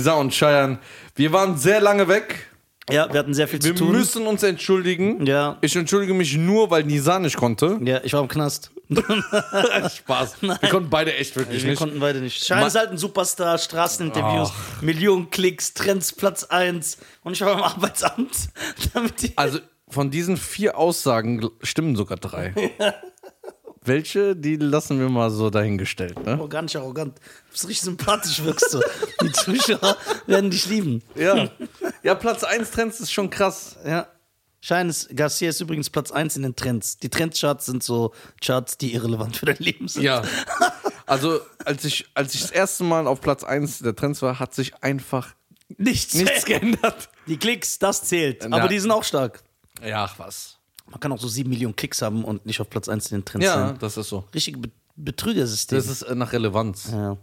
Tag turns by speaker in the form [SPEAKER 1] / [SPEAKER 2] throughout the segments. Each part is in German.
[SPEAKER 1] Sau und Scheiern. Wir waren sehr lange weg.
[SPEAKER 2] Ja, wir hatten sehr viel
[SPEAKER 1] Wir
[SPEAKER 2] zu tun.
[SPEAKER 1] müssen uns entschuldigen.
[SPEAKER 2] Ja.
[SPEAKER 1] Ich entschuldige mich nur, weil Nisa nicht konnte.
[SPEAKER 2] ja, ich war im Knast.
[SPEAKER 1] Spaß. Wir konnten beide echt wirklich
[SPEAKER 2] Wir
[SPEAKER 1] nicht.
[SPEAKER 2] konnten beide nicht. Schein
[SPEAKER 1] Ma-
[SPEAKER 2] ist halt ein Superstar, Straßeninterviews, Millionen Klicks, Trends Platz 1 und ich war beim Arbeitsamt, damit die
[SPEAKER 1] Also von diesen vier Aussagen gl- stimmen sogar drei. Welche, die lassen wir mal so dahingestellt, ne?
[SPEAKER 2] Oh, gar nicht arrogant. Du bist richtig sympathisch wirkst du. Die Zuschauer werden dich lieben.
[SPEAKER 1] Ja. Ja, Platz 1 Trends ist schon krass.
[SPEAKER 2] Ja. Schein ist, Garcia ist übrigens Platz 1 in den Trends. Die Trendcharts sind so Charts, die irrelevant für dein Leben sind.
[SPEAKER 1] Ja. Also, als ich, als ich das erste Mal auf Platz 1 der Trends war, hat sich einfach
[SPEAKER 2] Nichts.
[SPEAKER 1] nichts geändert.
[SPEAKER 2] Die Klicks, das zählt.
[SPEAKER 1] Na.
[SPEAKER 2] Aber die sind auch stark.
[SPEAKER 1] Ja, ach was.
[SPEAKER 2] Man kann auch so 7 Millionen Klicks haben und nicht auf Platz 1 in den Trends
[SPEAKER 1] Ja,
[SPEAKER 2] sein.
[SPEAKER 1] das ist so.
[SPEAKER 2] Richtig Be Betrügersystem.
[SPEAKER 1] Das ist äh, nach Relevanz.
[SPEAKER 2] ja.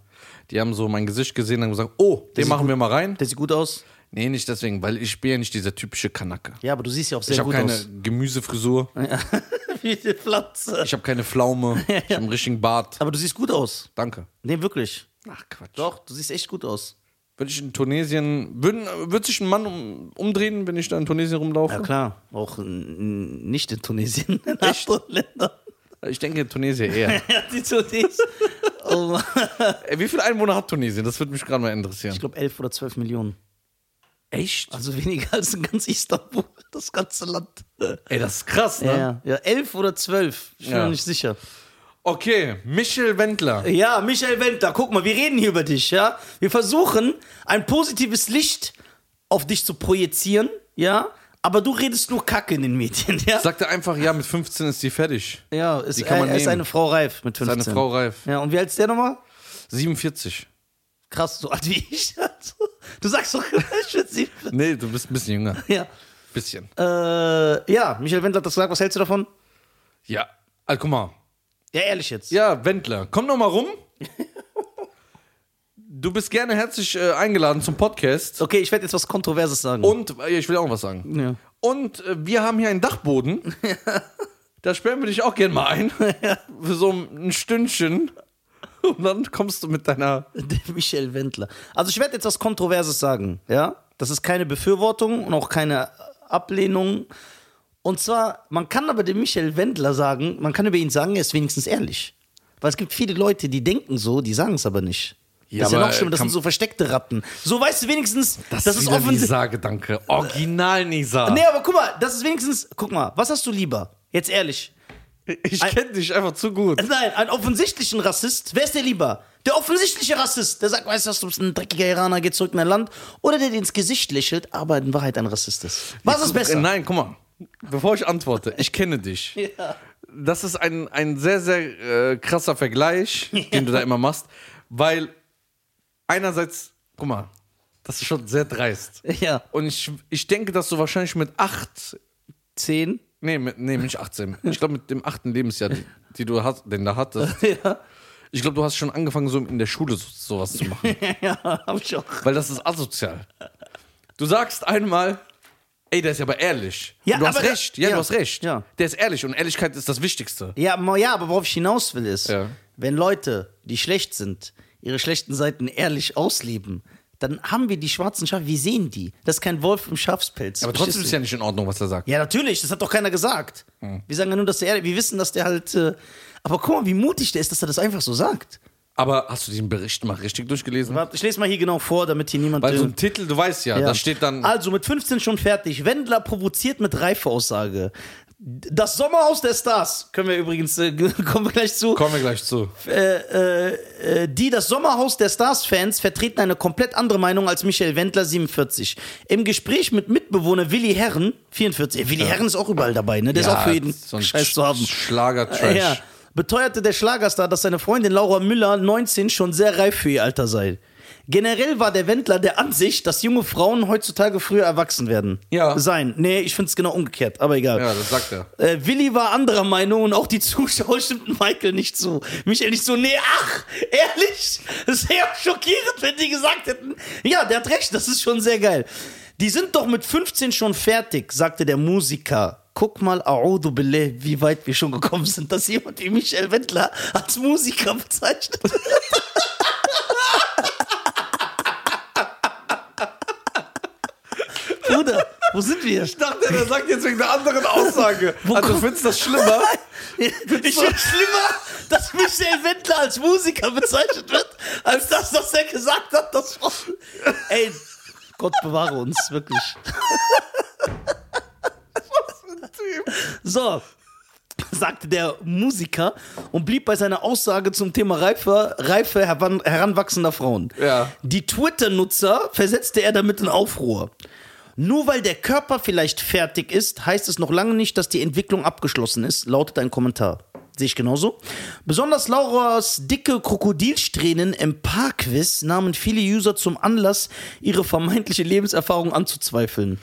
[SPEAKER 1] Die haben so mein Gesicht gesehen und haben gesagt, oh, den machen wir mal rein.
[SPEAKER 2] Der sieht gut aus.
[SPEAKER 1] Nee, nicht deswegen, weil ich bin ja nicht dieser typische Kanacke.
[SPEAKER 2] Ja, aber du siehst ja auch sehr
[SPEAKER 1] Ich habe
[SPEAKER 2] gut
[SPEAKER 1] keine
[SPEAKER 2] aus.
[SPEAKER 1] Gemüsefrisur,
[SPEAKER 2] Wie die Pflanze.
[SPEAKER 1] ich habe keine Pflaume, ich habe einen richtigen Bart.
[SPEAKER 2] Aber du siehst gut aus.
[SPEAKER 1] Danke.
[SPEAKER 2] Nee, wirklich.
[SPEAKER 1] Ach Quatsch.
[SPEAKER 2] Doch, du siehst echt gut aus.
[SPEAKER 1] Würde ich in Tunesien, würden, würde sich ein Mann um, umdrehen, wenn ich da in Tunesien rumlaufe?
[SPEAKER 2] Ja klar, auch n- n- nicht in Tunesien, in anderen Ländern.
[SPEAKER 1] Ich denke Tunesien eher.
[SPEAKER 2] Ja, die Tunesien. Oh, Mann.
[SPEAKER 1] Ey, Wie viele Einwohner hat Tunesien? Das würde mich gerade mal interessieren.
[SPEAKER 2] ich glaube 11 oder 12 Millionen.
[SPEAKER 1] Echt?
[SPEAKER 2] Also weniger als in ganz Istanbul, das ganze Land.
[SPEAKER 1] Ey, das ist krass, ne?
[SPEAKER 2] Ja, ja. ja 11 oder 12, ich bin
[SPEAKER 1] Ja.
[SPEAKER 2] mir nicht sicher.
[SPEAKER 1] Okay, Michel Wendler.
[SPEAKER 2] Ja, Michael Wendler, guck mal, wir reden hier über dich, ja. Wir versuchen, ein positives Licht auf dich zu projizieren, ja. Aber du redest nur Kacke in den Medien, ja.
[SPEAKER 1] Sagte einfach, ja, mit 15 ist die fertig.
[SPEAKER 2] ja, ist,
[SPEAKER 1] kann man
[SPEAKER 2] er ist
[SPEAKER 1] nehmen.
[SPEAKER 2] eine Frau reif mit 15.
[SPEAKER 1] Seine Frau reif.
[SPEAKER 2] Ja, und wie alt ist der nochmal?
[SPEAKER 1] 47.
[SPEAKER 2] krass, so alt wie ich. Also, du sagst doch, ich bin sieben.
[SPEAKER 1] Nee, du bist ein bisschen jünger.
[SPEAKER 2] Ja.
[SPEAKER 1] Bisschen.
[SPEAKER 2] Äh, ja, Michael Wendler hat das gesagt, was hältst du davon?
[SPEAKER 1] Ja. Also, guck mal.
[SPEAKER 2] Ja, ehrlich jetzt.
[SPEAKER 1] Ja, Wendler, komm noch mal rum. Du bist gerne herzlich äh, eingeladen zum Podcast.
[SPEAKER 2] Okay, ich werde jetzt was Kontroverses sagen.
[SPEAKER 1] Und, äh, ich will auch was sagen.
[SPEAKER 2] ja.
[SPEAKER 1] Und äh, wir haben hier einen Dachboden. da sperren wir dich auch gerne mal ein. Für so ein Stündchen. Und dann kommst du mit deiner.
[SPEAKER 2] Der Michael Wendler. Also ich werde jetzt was Kontroverses sagen, ja? Das ist keine Befürwortung und auch keine Ablehnung. Und zwar, man kann aber dem Michael Wendler sagen, man kann über ihn sagen, er ist wenigstens ehrlich. Weil es gibt viele Leute, die denken so, die sagen es aber nicht.
[SPEAKER 1] Ja,
[SPEAKER 2] das ist ja
[SPEAKER 1] aber, äh,
[SPEAKER 2] noch schlimmer, das
[SPEAKER 1] kann-
[SPEAKER 2] sind so versteckte Ratten. So weißt du wenigstens, das, ist
[SPEAKER 1] wieder
[SPEAKER 2] offensichtlich.
[SPEAKER 1] Nisa-Gedanke. Original Nisa.
[SPEAKER 2] Nee, aber guck mal, das ist wenigstens. Guck mal, was hast du lieber? Jetzt ehrlich.
[SPEAKER 1] Ich kenne dich einfach zu gut.
[SPEAKER 2] Nein, einen offensichtlichen Rassist. Wer ist der lieber? Der offensichtliche Rassist, der sagt, weißt du was, du bist ein dreckiger Iraner, geh zurück in dein Land. Oder der, der ins Gesicht lächelt, aber in Wahrheit ein Rassist ist. Was ist besser?
[SPEAKER 1] Äh, Nein, guck mal. Bevor ich antworte, ich kenne dich.
[SPEAKER 2] Ja.
[SPEAKER 1] das ist ein, ein sehr, sehr äh, krasser Vergleich, den du da immer machst, weil einerseits, guck mal, das ist schon sehr dreist.
[SPEAKER 2] Ja.
[SPEAKER 1] Und ich, ich denke, dass du wahrscheinlich mit acht,
[SPEAKER 2] Zehn.
[SPEAKER 1] nee, mit, nee nicht 18, ich glaube mit dem achten Lebensjahr, die, die du hast, den da hattest,
[SPEAKER 2] Ja.
[SPEAKER 1] ich glaube, du hast schon angefangen, so in der Schule so, sowas zu machen,
[SPEAKER 2] ja, hab ich auch.
[SPEAKER 1] weil das ist asozial. Du sagst einmal, ey, der ist aber ehrlich.
[SPEAKER 2] Ja,
[SPEAKER 1] Und du hast
[SPEAKER 2] aber-
[SPEAKER 1] recht, ja,
[SPEAKER 2] ja.
[SPEAKER 1] du hast recht.
[SPEAKER 2] Ja.
[SPEAKER 1] Der ist ehrlich und Ehrlichkeit ist das Wichtigste.
[SPEAKER 2] Ja, ma- ja, aber worauf ich hinaus will ist,
[SPEAKER 1] Ja.
[SPEAKER 2] wenn Leute, die schlecht sind, ihre schlechten Seiten ehrlich ausleben, dann haben wir die schwarzen Schafe, wir sehen die. Das ist kein Wolf im Schafspelz.
[SPEAKER 1] Aber trotzdem
[SPEAKER 2] Verstehst
[SPEAKER 1] ist
[SPEAKER 2] du?
[SPEAKER 1] ja nicht in Ordnung, was er sagt.
[SPEAKER 2] Ja, natürlich, das hat doch keiner gesagt.
[SPEAKER 1] Hm.
[SPEAKER 2] Wir sagen ja nur, dass der, wir wissen, dass der halt. Äh, aber guck mal, wie mutig der ist, dass er das einfach so sagt.
[SPEAKER 1] Aber hast du diesen Bericht mal richtig durchgelesen?
[SPEAKER 2] Warte, ich lese mal hier genau vor, damit hier niemand.
[SPEAKER 1] Weil so
[SPEAKER 2] äh,
[SPEAKER 1] ein Titel, du weißt ja,
[SPEAKER 2] ja.
[SPEAKER 1] da steht dann.
[SPEAKER 2] Also mit 15 schon fertig. Wendler provoziert mit Reifeaussage. Das Sommerhaus der Stars. Können wir übrigens. Äh, kommen wir gleich zu.
[SPEAKER 1] Kommen wir gleich zu.
[SPEAKER 2] äh, die das Sommerhaus der Stars-Fans vertreten eine komplett andere Meinung als Michael Wendler, 47. Im Gespräch mit Mitbewohner Willi Herren, 44. Äh, Willi Herren ist auch überall dabei, ne? Der ist auch für jeden
[SPEAKER 1] so ein
[SPEAKER 2] Scheiß zu haben.
[SPEAKER 1] Schlager-Trash.
[SPEAKER 2] Ja. Beteuerte der Schlagerstar, dass seine Freundin Laura Müller, 19, schon sehr reif für ihr Alter sei. Generell war der Wendler der Ansicht, dass junge Frauen heutzutage früher erwachsen werden.
[SPEAKER 1] Ja.
[SPEAKER 2] Sein. Nee, ich finde es genau umgekehrt, aber egal.
[SPEAKER 1] Ja, das sagt er.
[SPEAKER 2] Äh, Willi war anderer Meinung und auch die Zuschauer stimmten Michael nicht zu. Michael nicht so, nee, ach, ehrlich, das wäre ja schockierend, wenn die gesagt hätten, ja, der hat recht, das ist schon sehr geil. Die sind doch mit 15 schon fertig, sagte der Musiker. Guck mal, A'udhu Billah, wie weit wir schon gekommen sind, dass jemand wie Michael Wendler als Musiker bezeichnet. Bruder, wo sind wir?
[SPEAKER 1] Ich dachte, er sagt jetzt wegen einer anderen Aussage. also findest du das schlimmer?
[SPEAKER 2] Ich finde schlimmer, dass Michael Wendler als Musiker bezeichnet wird, als das, was er gesagt hat. Das war- Ey, Gott bewahre uns, wirklich. So, sagte der Musiker und blieb bei seiner Aussage zum Thema Reife, Reife heran, heranwachsender Frauen.
[SPEAKER 1] Ja.
[SPEAKER 2] Die Twitter-Nutzer versetzte er damit in Aufruhr. Nur weil der Körper vielleicht fertig ist, heißt es noch lange nicht, dass die Entwicklung abgeschlossen ist, lautet ein Kommentar. Sehe ich genauso. Besonders Lauras dicke Krokodilsträhnen im Parkquiz nahmen viele User zum Anlass, ihre vermeintliche Lebenserfahrung anzuzweifeln.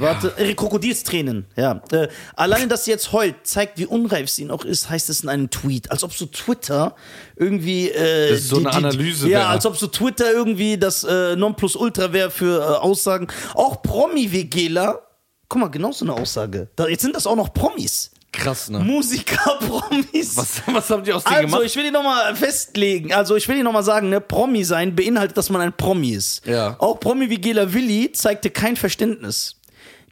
[SPEAKER 2] Warte, ihre Krokodilstränen, ja. Äh, allein, dass sie jetzt heult, zeigt, wie unreif sie noch ist, heißt es in einem Tweet. Als ob so Twitter irgendwie. Äh,
[SPEAKER 1] Das ist so eine Analyse
[SPEAKER 2] Ja,
[SPEAKER 1] wäre.
[SPEAKER 2] als ob so Twitter irgendwie das äh, Nonplusultra wäre für äh, Aussagen. Auch Promi-WGler. Guck mal, genau so eine Aussage. Da, jetzt sind das auch noch Promis.
[SPEAKER 1] Krass, ne?
[SPEAKER 2] Musiker, Promis.
[SPEAKER 1] Was, was haben die aus denen
[SPEAKER 2] Also,
[SPEAKER 1] gemacht?
[SPEAKER 2] ich will dir nochmal festlegen, also ich will dir nochmal sagen, ne, Promi sein beinhaltet, dass man ein Promi ist.
[SPEAKER 1] Ja.
[SPEAKER 2] Auch Promi-Vigela Willi zeigte kein Verständnis.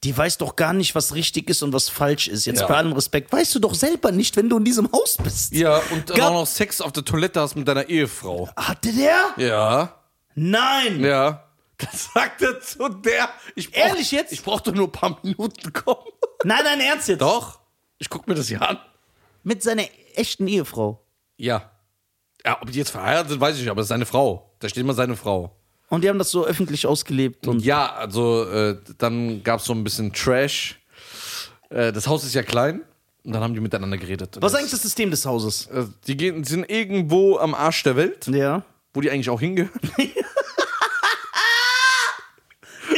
[SPEAKER 2] Die weiß doch gar nicht, was richtig ist und was falsch ist. Jetzt
[SPEAKER 1] Ja.
[SPEAKER 2] bei allem Respekt, weißt du doch selber nicht, wenn du in diesem Haus bist.
[SPEAKER 1] Ja, und dann
[SPEAKER 2] Gab-
[SPEAKER 1] auch noch Sex auf der Toilette hast mit deiner Ehefrau.
[SPEAKER 2] Hatte der?
[SPEAKER 1] Ja,
[SPEAKER 2] Nein!
[SPEAKER 1] ja. Das sagt er zu der. Ich brauch,
[SPEAKER 2] Ehrlich jetzt?
[SPEAKER 1] Ich brauchte nur ein paar Minuten kommen.
[SPEAKER 2] Nein, nein, ernst jetzt.
[SPEAKER 1] Doch, ich guck mir das hier an.
[SPEAKER 2] Mit seiner echten Ehefrau.
[SPEAKER 1] Ja. Ja, ob die jetzt verheiratet sind, weiß ich nicht, aber es ist seine Frau. Da steht immer seine Frau.
[SPEAKER 2] Und die haben das so öffentlich ausgelebt. Und
[SPEAKER 1] Ja, also äh, dann gab es so ein bisschen Trash. Äh, das Haus ist ja klein und dann haben die miteinander geredet. Und
[SPEAKER 2] was ist
[SPEAKER 1] das-
[SPEAKER 2] eigentlich das System des Hauses?
[SPEAKER 1] Also, die gehen, die sind irgendwo am Arsch der Welt,
[SPEAKER 2] Ja.
[SPEAKER 1] wo die eigentlich auch hingehören.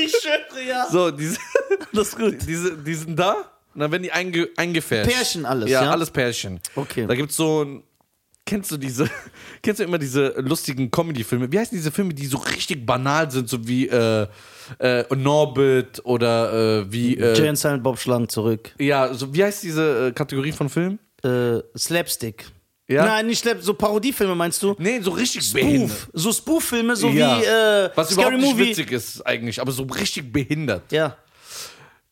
[SPEAKER 2] Ich schwöre ja.
[SPEAKER 1] So, die, sind-
[SPEAKER 2] Das ist gut.
[SPEAKER 1] die, sind- die sind da und dann werden die einge, eingefärbt.
[SPEAKER 2] Pärchen alles,
[SPEAKER 1] Ja,
[SPEAKER 2] ja?
[SPEAKER 1] alles Pärchen.
[SPEAKER 2] Okay.
[SPEAKER 1] Da gibt's so ein. Kennst du diese, kennst du immer diese lustigen Comedy-Filme? Wie heißen diese Filme, die so richtig banal sind, so wie äh, äh, Norbit oder äh, wie. Äh,
[SPEAKER 2] Jay und Silent Bob schlagen zurück.
[SPEAKER 1] Ja, so, wie heißt diese äh, Kategorie von Filmen?
[SPEAKER 2] Äh, Slapstick.
[SPEAKER 1] Ja?
[SPEAKER 2] Nein, nicht Slap, so Parodiefilme meinst du?
[SPEAKER 1] Nee, so richtig behindert.
[SPEAKER 2] Spoof. So Spoof-Filme, so
[SPEAKER 1] Ja.
[SPEAKER 2] wie äh,
[SPEAKER 1] Was
[SPEAKER 2] Scary
[SPEAKER 1] überhaupt nicht
[SPEAKER 2] Movie.
[SPEAKER 1] witzig ist eigentlich, aber so richtig behindert.
[SPEAKER 2] Ja,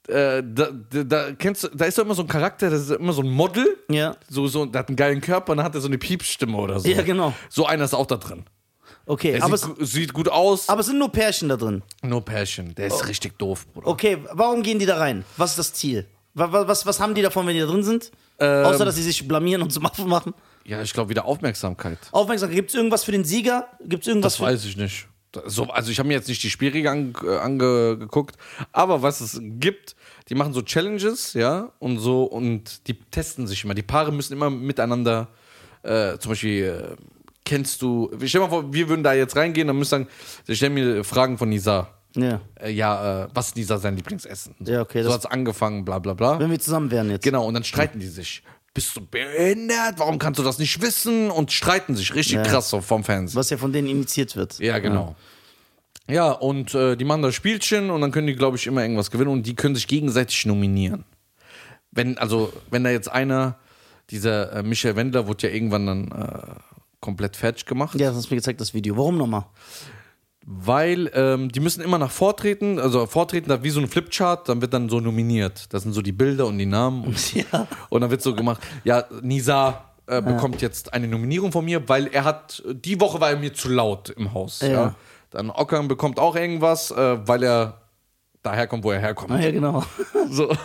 [SPEAKER 1] Äh, da, da, da, kennst du, da ist doch immer so ein Charakter, das ist immer so ein Model.
[SPEAKER 2] ja.
[SPEAKER 1] So, so, der hat einen geilen Körper und dann hat er so eine Piepsstimme oder so.
[SPEAKER 2] Ja, genau.
[SPEAKER 1] So einer ist auch da drin.
[SPEAKER 2] Okay,
[SPEAKER 1] Der
[SPEAKER 2] aber es,
[SPEAKER 1] sieht, gu- sieht gut aus.
[SPEAKER 2] aber Oh. es sind nur Pärchen da drin.
[SPEAKER 1] Nur Passion. Der ist richtig doof, Bruder.
[SPEAKER 2] Okay, warum gehen die da rein? Was ist das Ziel? Wa- wa- Was, was haben die davon, wenn die da drin sind?
[SPEAKER 1] Ähm.
[SPEAKER 2] Außer, dass sie sich blamieren und zum Affen machen.
[SPEAKER 1] Ja, ich glaube wieder Aufmerksamkeit.
[SPEAKER 2] Aufmerksam, gibt es irgendwas für den Sieger? Gibt es irgendwas
[SPEAKER 1] Das
[SPEAKER 2] für.
[SPEAKER 1] weiß ich nicht. Da- So, also ich habe mir jetzt nicht die Spielregeln ange- äh, angeguckt, aber was es gibt, die machen so Challenges, ja, und so, und die testen sich immer. Die Paare müssen immer miteinander, äh, zum Beispiel, äh, kennst du, ich stell mal vor, wir würden da jetzt reingehen, dann müssen sagen, ich stelle mir Fragen von Nisa.
[SPEAKER 2] Ja,
[SPEAKER 1] Äh, ja, äh, was ist Nisa sein Lieblingsessen?
[SPEAKER 2] Ja, okay,
[SPEAKER 1] So
[SPEAKER 2] das-
[SPEAKER 1] hat's angefangen, bla bla bla.
[SPEAKER 2] wenn wir zusammen wären jetzt.
[SPEAKER 1] Genau, und dann streiten die sich. Bist du behindert? Warum kannst du das nicht wissen? Und streiten sich richtig
[SPEAKER 2] Ja.
[SPEAKER 1] krass so vom Fernsehen.
[SPEAKER 2] Was ja von denen initiiert wird.
[SPEAKER 1] Ja, genau. Ja, und äh, die machen da Spielchen und dann können die, glaube ich, immer irgendwas gewinnen und die können sich gegenseitig nominieren. Wenn, also, wenn da jetzt einer, dieser äh, Michael Wendler wurde ja irgendwann dann äh, komplett fertig gemacht.
[SPEAKER 2] Ja, das hast du mir gezeigt, das Video. Warum nochmal?
[SPEAKER 1] Weil ähm, die müssen immer nach vortreten, also vortreten, da wie so ein Flipchart, dann wird dann so nominiert. Das sind so die Bilder und die Namen und,
[SPEAKER 2] Ja.
[SPEAKER 1] und dann wird so gemacht, ja, Nisa äh, bekommt jetzt eine Nominierung von mir, weil er hat, die Woche war er mir zu laut im Haus. Ja.
[SPEAKER 2] Ja.
[SPEAKER 1] Dann Ockern bekommt auch irgendwas, äh, weil er daherkommt, wo er herkommt.
[SPEAKER 2] Ah, ja, genau.
[SPEAKER 1] So.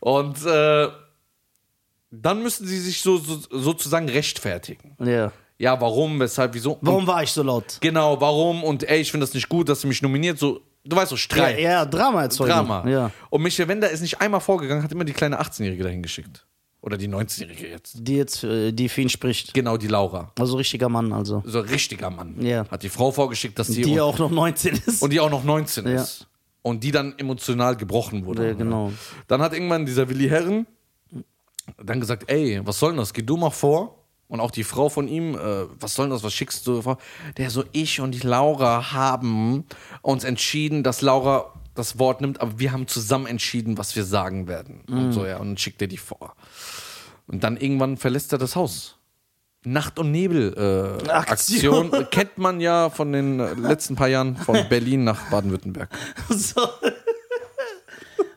[SPEAKER 1] Und äh, dann müssen sie sich so, so, sozusagen rechtfertigen.
[SPEAKER 2] ja.
[SPEAKER 1] Ja, warum, weshalb, wieso? Und
[SPEAKER 2] Warum war ich so laut?
[SPEAKER 1] Genau, warum und ey, ich finde das nicht gut, dass sie mich nominiert. So, du weißt so,
[SPEAKER 2] Ja,
[SPEAKER 1] Streit,
[SPEAKER 2] ja Drama erzeugen.
[SPEAKER 1] Drama.
[SPEAKER 2] Ja.
[SPEAKER 1] Und Michel Wender ist nicht einmal vorgegangen, hat immer die kleine 18-Jährige dahin geschickt. Oder die 19-Jährige jetzt.
[SPEAKER 2] Die jetzt, äh, die für ihn spricht.
[SPEAKER 1] Genau, die Laura.
[SPEAKER 2] Also richtiger Mann, also.
[SPEAKER 1] So ein richtiger Mann.
[SPEAKER 2] Ja.
[SPEAKER 1] Hat die Frau vorgeschickt, dass die,
[SPEAKER 2] Die
[SPEAKER 1] und,
[SPEAKER 2] auch noch 19 ist.
[SPEAKER 1] und die auch noch 19 ist. Und die dann emotional gebrochen wurde.
[SPEAKER 2] Ja, genau.
[SPEAKER 1] Dann hat irgendwann dieser Willi Herren dann gesagt, ey, was soll denn das? Geh du mal vor. Und auch die Frau von ihm, äh, was soll denn das, was schickst du vor? Der so, ich und die Laura haben uns entschieden, dass Laura das Wort nimmt, aber wir haben zusammen entschieden, was wir sagen werden.
[SPEAKER 2] Mhm.
[SPEAKER 1] Und so, ja, und dann schickt er die vor. Und dann irgendwann verlässt er das Haus. Nacht- und Nebel-Aktion äh,
[SPEAKER 2] Aktion.
[SPEAKER 1] Aktion, äh, kennt man ja von den äh, letzten paar Jahren von Berlin nach Baden-Württemberg.
[SPEAKER 2] So.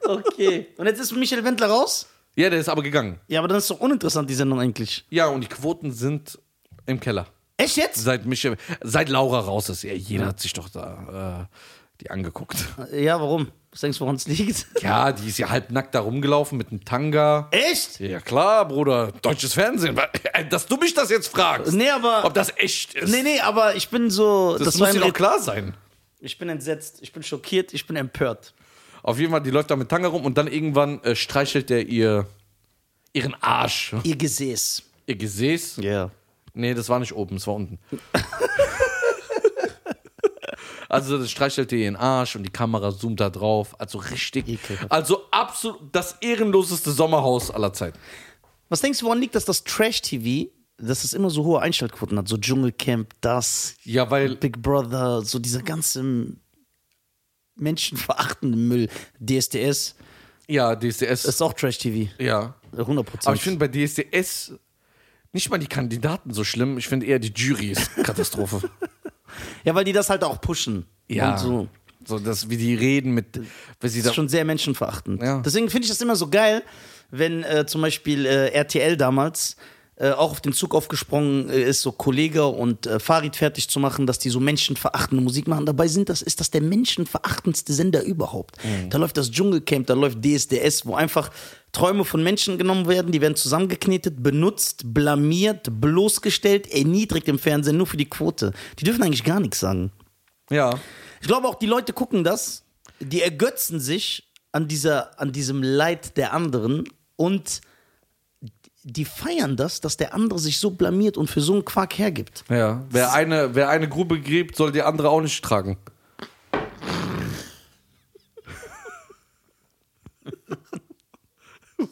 [SPEAKER 2] Okay. Und jetzt ist Michael Wendler raus?
[SPEAKER 1] Ja, der ist aber gegangen.
[SPEAKER 2] Ja, aber dann ist doch uninteressant, die Sendung eigentlich.
[SPEAKER 1] Ja, und die Quoten sind im Keller.
[SPEAKER 2] Echt jetzt?
[SPEAKER 1] Seit Michael, seit Laura raus ist. Ja, jeder hat sich doch da äh, die angeguckt.
[SPEAKER 2] Ja, warum? Was denkst du, woran es liegt?
[SPEAKER 1] Ja, die ist ja halbnackt da rumgelaufen mit einem Tanga.
[SPEAKER 2] Echt?
[SPEAKER 1] Ja klar, Bruder, deutsches Fernsehen. Wa- Dass du mich das jetzt fragst,
[SPEAKER 2] Nee, aber.
[SPEAKER 1] ob das echt ist,
[SPEAKER 2] Nee, nee, aber ich bin so.
[SPEAKER 1] das,
[SPEAKER 2] war
[SPEAKER 1] muss dir
[SPEAKER 2] im-
[SPEAKER 1] doch klar sein.
[SPEAKER 2] Ich bin entsetzt, ich bin schockiert, ich bin empört.
[SPEAKER 1] Auf jeden Fall, die läuft da mit Tanga rum und dann irgendwann äh, streichelt der ihr ihren Arsch.
[SPEAKER 2] Ihr Gesäß.
[SPEAKER 1] Ihr Gesäß?
[SPEAKER 2] Ja.
[SPEAKER 1] Nee, das war nicht oben, es war unten. also das streichelt ihr ihren Arsch und die Kamera zoomt da drauf. Also richtig.
[SPEAKER 2] Ekelhaft.
[SPEAKER 1] Also absolut das ehrenloseste Sommerhaus aller Zeiten.
[SPEAKER 2] Was denkst du, woran liegt das, dass Trash-TV, dass es immer so hohe Einschaltquoten hat? So Dschungelcamp, das,
[SPEAKER 1] Ja, weil
[SPEAKER 2] Big Brother, so dieser ganze menschenverachtende Müll. DSDS
[SPEAKER 1] ja, DSDS
[SPEAKER 2] ist auch Trash-TV.
[SPEAKER 1] ja.
[SPEAKER 2] 100
[SPEAKER 1] Aber ich finde bei DSDS nicht mal die Kandidaten so schlimm, ich finde eher die Jury ist Katastrophe.
[SPEAKER 2] Ja, weil die das halt auch pushen.
[SPEAKER 1] ja.
[SPEAKER 2] Und so.
[SPEAKER 1] So. so das wie die reden mit wenn sie da
[SPEAKER 2] Das ist schon sehr menschenverachtend.
[SPEAKER 1] Ja.
[SPEAKER 2] Deswegen finde ich das immer so geil, wenn äh, zum Beispiel äh, RTL damals äh, auch auf den Zug aufgesprungen äh, ist, so Kollege und äh, Farid fertig zu machen, dass die so menschenverachtende Musik machen. Dabei sind das, ist das der menschenverachtendste Sender überhaupt. Da läuft das Dschungelcamp, da läuft DSDS, wo einfach Träume von Menschen genommen werden, die werden zusammengeknetet, benutzt, blamiert, bloßgestellt, erniedrigt im Fernsehen, nur für die Quote. Die dürfen eigentlich gar nichts sagen.
[SPEAKER 1] ja.
[SPEAKER 2] Ich glaube auch, die Leute gucken das, die ergötzen sich an, dieser, an diesem Leid der anderen und die feiern das, dass der andere sich so blamiert und für so einen Quark hergibt.
[SPEAKER 1] Ja, wer eine, wer eine Grube gräbt, soll die andere auch nicht tragen.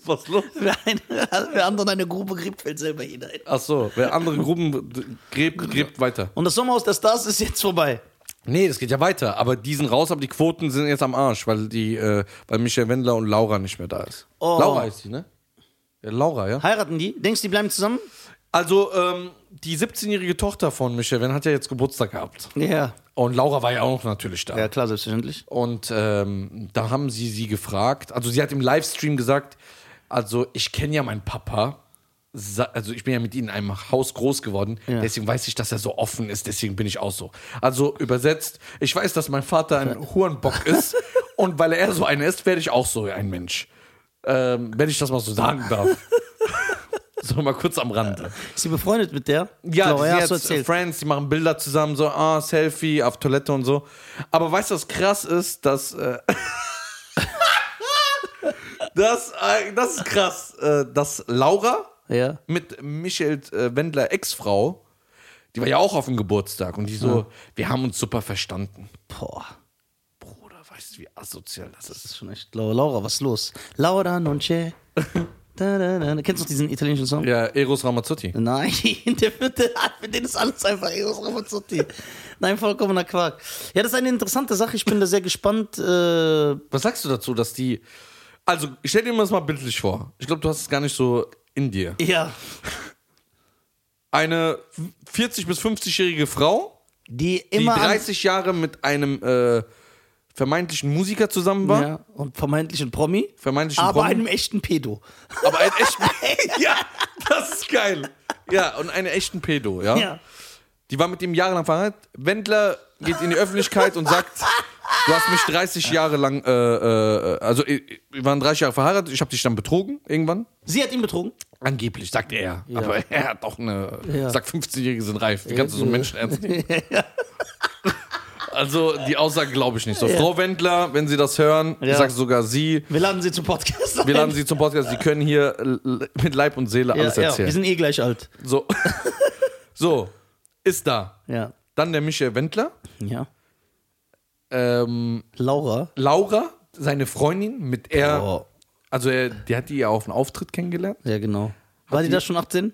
[SPEAKER 1] Was los?
[SPEAKER 2] Wer, eine, wer anderen eine Grube gräbt, fällt selber hinein.
[SPEAKER 1] Ach so, wer andere Gruben d- gräbt, gräbt weiter.
[SPEAKER 2] Und das Sommerhaus der Stars ist jetzt vorbei.
[SPEAKER 1] Nee, das geht ja weiter, aber die sind raus, aber die Quoten sind jetzt am Arsch, weil die, äh, weil Michael Wendler und Laura nicht mehr da ist.
[SPEAKER 2] Oh.
[SPEAKER 1] Laura ist die, ne? Ja, Laura, ja.
[SPEAKER 2] Heiraten die? Denkst du, die bleiben zusammen?
[SPEAKER 1] Also, ähm, die 17-jährige Tochter von Michael Wendler hat ja jetzt Geburtstag gehabt.
[SPEAKER 2] Ja.
[SPEAKER 1] Und Laura war ja auch natürlich da.
[SPEAKER 2] Ja, klar, selbstverständlich.
[SPEAKER 1] Und ähm, da haben sie sie gefragt. Also sie hat im Livestream gesagt, also ich kenne ja meinen Papa. Sa- Also ich bin ja mit ihm in einem Haus groß geworden. Deswegen weiß ich, dass er so offen ist. Deswegen bin ich auch so. Also übersetzt, ich weiß, dass mein Vater ein Hurenbock ist. und weil er so einer ist, werde ich auch so ein Mensch. Ähm, wenn ich das mal so sagen darf. so mal kurz am Rande.
[SPEAKER 2] Ist sie befreundet mit der?
[SPEAKER 1] Ja,
[SPEAKER 2] Laura,
[SPEAKER 1] die sind
[SPEAKER 2] hast du
[SPEAKER 1] jetzt äh,
[SPEAKER 2] erzählt.
[SPEAKER 1] Friends, die machen Bilder zusammen, so, ah, Selfie auf Toilette und so. Aber weißt du, was krass ist, dass. Äh, das, äh, das ist krass, äh, dass Laura
[SPEAKER 2] Ja.
[SPEAKER 1] mit Michael äh, Wendler, Ex-Frau, die war ja auch auf dem Geburtstag und die so, wir haben uns super verstanden.
[SPEAKER 2] Boah,
[SPEAKER 1] Bruder, weißt du, wie asozial das ist?
[SPEAKER 2] das ist schon echt. Laura, Laura was ist los? Laura non c'è. Da, da, da. Kennst du noch diesen italienischen Song?
[SPEAKER 1] Ja, Eros Ramazzotti.
[SPEAKER 2] Nein, der wird, der, für den ist alles einfach Eros Ramazzotti. Nein, vollkommener Quark. Ja, das ist eine interessante Sache. Ich bin da sehr gespannt. Äh,
[SPEAKER 1] Was sagst du dazu, dass die. Also, stell dir mal das mal bildlich vor. Ich glaube, du hast es gar nicht so in dir.
[SPEAKER 2] ja,
[SPEAKER 1] eine 40- bis 50-jährige Frau,
[SPEAKER 2] die
[SPEAKER 1] die
[SPEAKER 2] immer.
[SPEAKER 1] 30 Jahre mit einem äh, vermeintlichen Musiker zusammen war.
[SPEAKER 2] an, ja, und vermeintlichen Promi.
[SPEAKER 1] Vermeintlichen
[SPEAKER 2] aber
[SPEAKER 1] Promi.
[SPEAKER 2] einem echten Pedo.
[SPEAKER 1] aber einen echten. ja, das ist geil. Ja, und einen echten Pedo, ja?
[SPEAKER 2] Ja.
[SPEAKER 1] Die war mit ihm jahrelang verheiratet. Wendler geht in die Öffentlichkeit und sagt. Du hast mich 30 Jahre lang, äh, äh, also äh, wir waren 30 Jahre verheiratet, ich habe dich dann betrogen irgendwann.
[SPEAKER 2] Sie hat ihn betrogen.
[SPEAKER 1] Angeblich, sagt er. Aber er hat auch eine.
[SPEAKER 2] Ja.
[SPEAKER 1] Sagt 15-Jährige sind reif. Wie kannst du so einen Menschen ernst nehmen? Also die Aussage glaube ich nicht. So, Frau Wendler, wenn Sie das hören, ich
[SPEAKER 2] Ja.
[SPEAKER 1] sage sogar Sie,
[SPEAKER 2] Wir laden sie zum Podcast ein.
[SPEAKER 1] wir laden Sie zum Podcast, Sie können hier l- mit Leib und Seele
[SPEAKER 2] ja,
[SPEAKER 1] alles
[SPEAKER 2] ja, wir
[SPEAKER 1] erzählen.
[SPEAKER 2] sind eh gleich alt.
[SPEAKER 1] so. so, ist da.
[SPEAKER 2] Ja.
[SPEAKER 1] Dann der Michael Wendler,
[SPEAKER 2] Ja.
[SPEAKER 1] ähm,
[SPEAKER 2] Laura.
[SPEAKER 1] Laura, seine Freundin, mit er,
[SPEAKER 2] Oh.
[SPEAKER 1] also er, die hat die ja auf einen Auftritt kennengelernt.
[SPEAKER 2] Ja, genau. War die, da schon 18?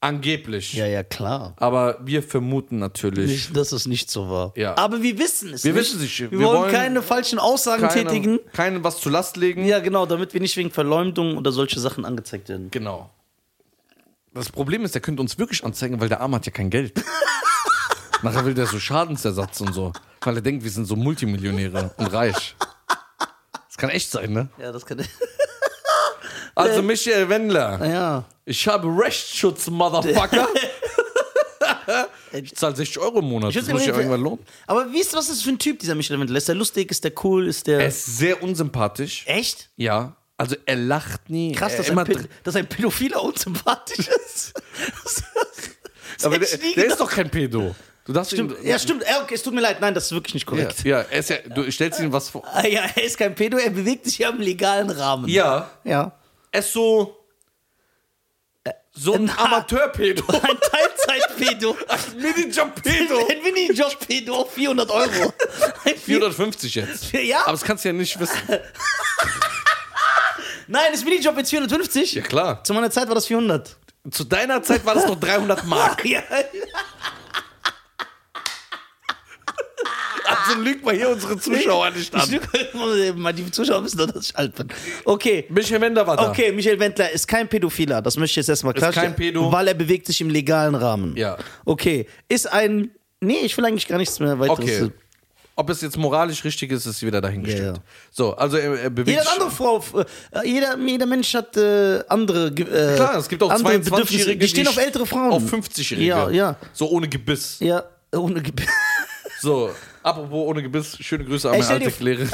[SPEAKER 1] Angeblich.
[SPEAKER 2] Ja, ja, klar.
[SPEAKER 1] Aber wir vermuten natürlich.
[SPEAKER 2] Nicht, dass es nicht so war.
[SPEAKER 1] Ja.
[SPEAKER 2] Aber wir wissen es
[SPEAKER 1] Wir
[SPEAKER 2] nicht.
[SPEAKER 1] wissen es nicht.
[SPEAKER 2] Wir,
[SPEAKER 1] Wir
[SPEAKER 2] wollen,
[SPEAKER 1] wollen
[SPEAKER 2] keine falschen Aussagen tätigen.
[SPEAKER 1] Keinem, keinem was zu Last legen.
[SPEAKER 2] Ja, genau, damit wir nicht wegen Verleumdung oder solche Sachen angezeigt werden.
[SPEAKER 1] Genau. Das Problem ist, der könnte uns wirklich anzeigen, weil der Arm hat ja kein Geld. Nachher will der so Schadensersatz und so, weil er denkt, wir sind so Multimillionäre und reich. Das kann echt sein, ne?
[SPEAKER 2] Ja, das kann.
[SPEAKER 1] Also Michael Wendler,
[SPEAKER 2] ja.
[SPEAKER 1] ich habe Rechtsschutz, Motherfucker. ich zahle 60 Euro im Monat, das muss ich ja irgendwann lohnen.
[SPEAKER 2] Aber wie ist, was ist das für ein Typ, dieser Michelin Wendler? Ist der lustig? Ist der cool? Ist der.
[SPEAKER 1] Er ist sehr unsympathisch.
[SPEAKER 2] Echt?
[SPEAKER 1] Ja, also er lacht nie.
[SPEAKER 2] Krass,
[SPEAKER 1] er
[SPEAKER 2] dass,
[SPEAKER 1] immer
[SPEAKER 2] ein, Pä-
[SPEAKER 1] dr-
[SPEAKER 2] dass ein Pädophiler unsympathisch ist. Das- das
[SPEAKER 1] Aber
[SPEAKER 2] hätte
[SPEAKER 1] der,
[SPEAKER 2] ich nie
[SPEAKER 1] der ist
[SPEAKER 2] gedacht.
[SPEAKER 1] doch kein Pedo. Du darfst
[SPEAKER 2] Stimmt.
[SPEAKER 1] ihn.
[SPEAKER 2] Ja, stimmt. Ja, okay, es tut mir leid. Nein, das ist wirklich nicht
[SPEAKER 1] Ja,
[SPEAKER 2] korrekt.
[SPEAKER 1] ja, er ist ja, du stellst ihm was vor.
[SPEAKER 2] Ah, ja, er ist kein Pedo, er bewegt sich ja im legalen Rahmen.
[SPEAKER 1] Ja,
[SPEAKER 2] Ja.
[SPEAKER 1] er ist so. So ein
[SPEAKER 2] Na.
[SPEAKER 1] Amateur-Pedo.
[SPEAKER 2] Ein Teilzeit-Pedo.
[SPEAKER 1] Ein Minijob-Pedo.
[SPEAKER 2] Ein Minijob-Pedo auf 400 Euro. Ein 400
[SPEAKER 1] 450 jetzt.
[SPEAKER 2] Ja.
[SPEAKER 1] Aber das kannst du ja nicht wissen.
[SPEAKER 2] Nein, das Minijob jetzt 450.
[SPEAKER 1] Ja, klar.
[SPEAKER 2] Zu meiner Zeit war das 400.
[SPEAKER 1] Zu deiner Zeit war das noch 300 Mark.
[SPEAKER 2] Ja.
[SPEAKER 1] Also lügt mal hier unsere Zuschauer nicht an.
[SPEAKER 2] Mal die Zuschauer wissen doch, dass ich alt bin. Okay.
[SPEAKER 1] Michael Wender war da.
[SPEAKER 2] Okay, Michael Wendler ist kein Pädophiler, das möchte ich jetzt erstmal klarstellen.
[SPEAKER 1] kein Pädo.
[SPEAKER 2] Weil er bewegt sich im legalen Rahmen.
[SPEAKER 1] Ja.
[SPEAKER 2] Okay, ist ein. Nee, ich will eigentlich gar nichts mehr weiteres.
[SPEAKER 1] Okay. Ob es jetzt moralisch richtig ist, ist wieder dahingestellt.
[SPEAKER 2] Ja, ja.
[SPEAKER 1] So, also er, er bewegt
[SPEAKER 2] Jeder hat
[SPEAKER 1] sich-
[SPEAKER 2] andere Frau, äh, jeder, jeder Mensch hat äh, andere. Ge- Äh,
[SPEAKER 1] Klar, es gibt auch
[SPEAKER 2] andere
[SPEAKER 1] 22-Jährige,
[SPEAKER 2] Bedürfnisse. die stehen auf ältere Frauen.
[SPEAKER 1] Auf 50-Jährige.
[SPEAKER 2] Ja, ja.
[SPEAKER 1] So ohne Gebiss.
[SPEAKER 2] Ja, ohne Gebet.
[SPEAKER 1] So, apropos ohne Gebiss, schöne Grüße an
[SPEAKER 2] Ey,
[SPEAKER 1] meine
[SPEAKER 2] stell
[SPEAKER 1] alte Lehrerin.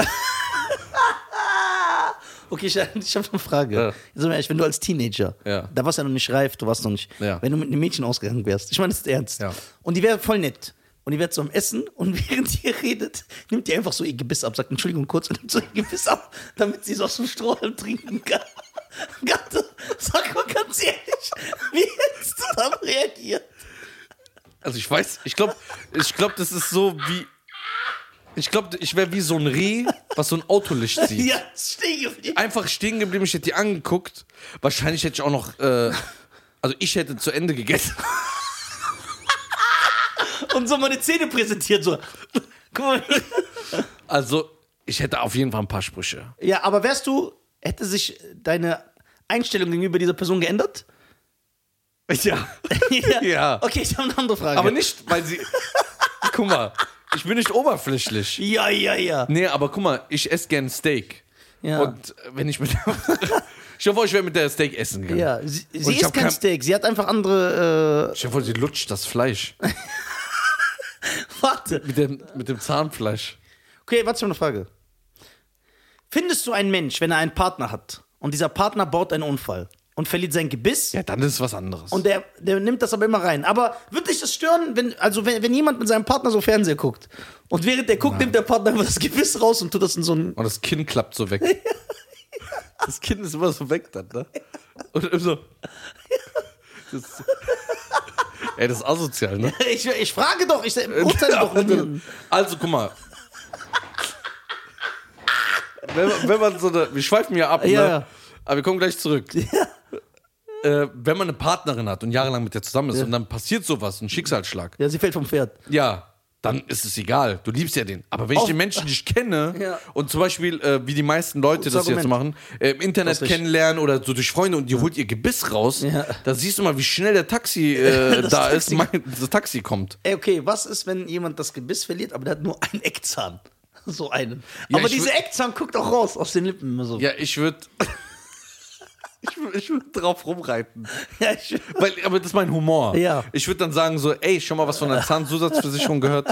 [SPEAKER 2] Okay, ich, ich habe eine Frage.
[SPEAKER 1] Ja.
[SPEAKER 2] Jetzt sind wir ehrlich, wenn du als Teenager,
[SPEAKER 1] Ja.
[SPEAKER 2] da warst du ja noch nicht reif, du warst noch nicht.
[SPEAKER 1] Ja.
[SPEAKER 2] Wenn du mit einem Mädchen ausgegangen wärst, ich meine, das ist ernst.
[SPEAKER 1] Ja.
[SPEAKER 2] Und die wäre voll nett. Und die wäre so am Essen und während ihr redet, nimmt die einfach so ihr Gebiss ab, sagt Entschuldigung kurz und nimmt so ihr Gebiss ab, damit sie es aus dem Strohhalm trinken kann. Gatte, sag mal ganz ehrlich, wie hättest du dann reagiert?
[SPEAKER 1] Also ich weiß, ich glaube, ich glaub, das ist so wie. Ich glaube, ich wäre wie so ein Reh, was so ein Autolicht sieht.
[SPEAKER 2] Ja, stehen geblieben.
[SPEAKER 1] einfach stehen geblieben, ich hätte die angeguckt. Wahrscheinlich hätte ich auch noch. Äh, also ich hätte zu Ende gegessen.
[SPEAKER 2] Und so meine Zähne präsentiert, so. Guck mal.
[SPEAKER 1] Also ich hätte auf jeden Fall ein paar Sprüche.
[SPEAKER 2] Ja, aber wärst du, hätte sich deine Einstellung gegenüber dieser Person geändert?
[SPEAKER 1] Ja. Ja.
[SPEAKER 2] Okay, ich habe eine andere Frage.
[SPEAKER 1] Aber nicht, weil sie. guck mal, ich bin nicht oberflächlich.
[SPEAKER 2] Ja, ja, ja.
[SPEAKER 1] Nee, aber guck mal, ich esse gern Steak.
[SPEAKER 2] Ja.
[SPEAKER 1] Und äh, wenn ich mit. ich hoffe, ich wäre mit der Steak essen gegangen.
[SPEAKER 2] ja. Sie,
[SPEAKER 1] Und
[SPEAKER 2] sie
[SPEAKER 1] ich
[SPEAKER 2] isst
[SPEAKER 1] hab
[SPEAKER 2] kein
[SPEAKER 1] kein-
[SPEAKER 2] Steak, sie hat einfach andere.
[SPEAKER 1] Ich hoffe, sie lutscht das Fleisch.
[SPEAKER 2] Äh, warte.
[SPEAKER 1] Mit dem, mit dem Zahnfleisch.
[SPEAKER 2] Okay, warte, ich habe eine Frage. Findest du einen Mensch, wenn er einen Partner hat und dieser Partner baut einen Unfall und verliert sein Gebiss
[SPEAKER 1] Ja, dann ist es was anderes.
[SPEAKER 2] und der, der nimmt das aber immer rein? Aber wird dich das stören, wenn, also wenn, wenn jemand mit seinem Partner so Fernseher guckt und während der guckt, nimmt der Partner immer das Gebiss raus und tut das in so einen.
[SPEAKER 1] Und das Kinn klappt so weg. Das Kinn ist immer so weg dann, ne? Und immer so. Das, ey, das ist asozial, ne?
[SPEAKER 2] Ich, ich frage doch, ich urteile doch. niemanden.
[SPEAKER 1] Also, guck mal. Wenn, man- wenn man so eine. Wir schweifen ja ab,
[SPEAKER 2] Ja,
[SPEAKER 1] ne?
[SPEAKER 2] ja.
[SPEAKER 1] Aber wir kommen gleich zurück. Äh, wenn man eine Partnerin hat und jahrelang mit der zusammen ist und dann passiert sowas, ein Schicksalsschlag,
[SPEAKER 2] Ja, sie fällt vom Pferd.
[SPEAKER 1] ja, dann ist es egal. Du liebst ja den. Aber wenn ich
[SPEAKER 2] Auf-
[SPEAKER 1] den Menschen nicht kenne
[SPEAKER 2] Ja.
[SPEAKER 1] und zum Beispiel, äh, wie die meisten Leute
[SPEAKER 2] Gutes
[SPEAKER 1] das jetzt machen,
[SPEAKER 2] Argument.
[SPEAKER 1] äh, im Internet
[SPEAKER 2] Das ist richtig.
[SPEAKER 1] kennenlernen oder so durch Freunde und die holt ihr Gebiss raus,
[SPEAKER 2] Ja.
[SPEAKER 1] da siehst du mal, wie schnell der Taxi äh,
[SPEAKER 2] Das
[SPEAKER 1] da
[SPEAKER 2] Taxi-
[SPEAKER 1] ist, mein, das Taxi kommt.
[SPEAKER 2] Ey, okay, was ist, wenn jemand das Gebiss verliert, aber der hat nur einen Eckzahn? So einen.
[SPEAKER 1] Ja,
[SPEAKER 2] aber
[SPEAKER 1] ich
[SPEAKER 2] dieser
[SPEAKER 1] wür-
[SPEAKER 2] Eckzahn guckt auch raus aus den Lippen. immer So.
[SPEAKER 1] Ja, ich würde. ich würde ich würd drauf rumreiten.
[SPEAKER 2] Ja, ich,
[SPEAKER 1] Weil, aber das ist mein Humor.
[SPEAKER 2] Ja.
[SPEAKER 1] Ich würde dann sagen so, ey, schon mal was von der Zahnzusatzversicherung gehört.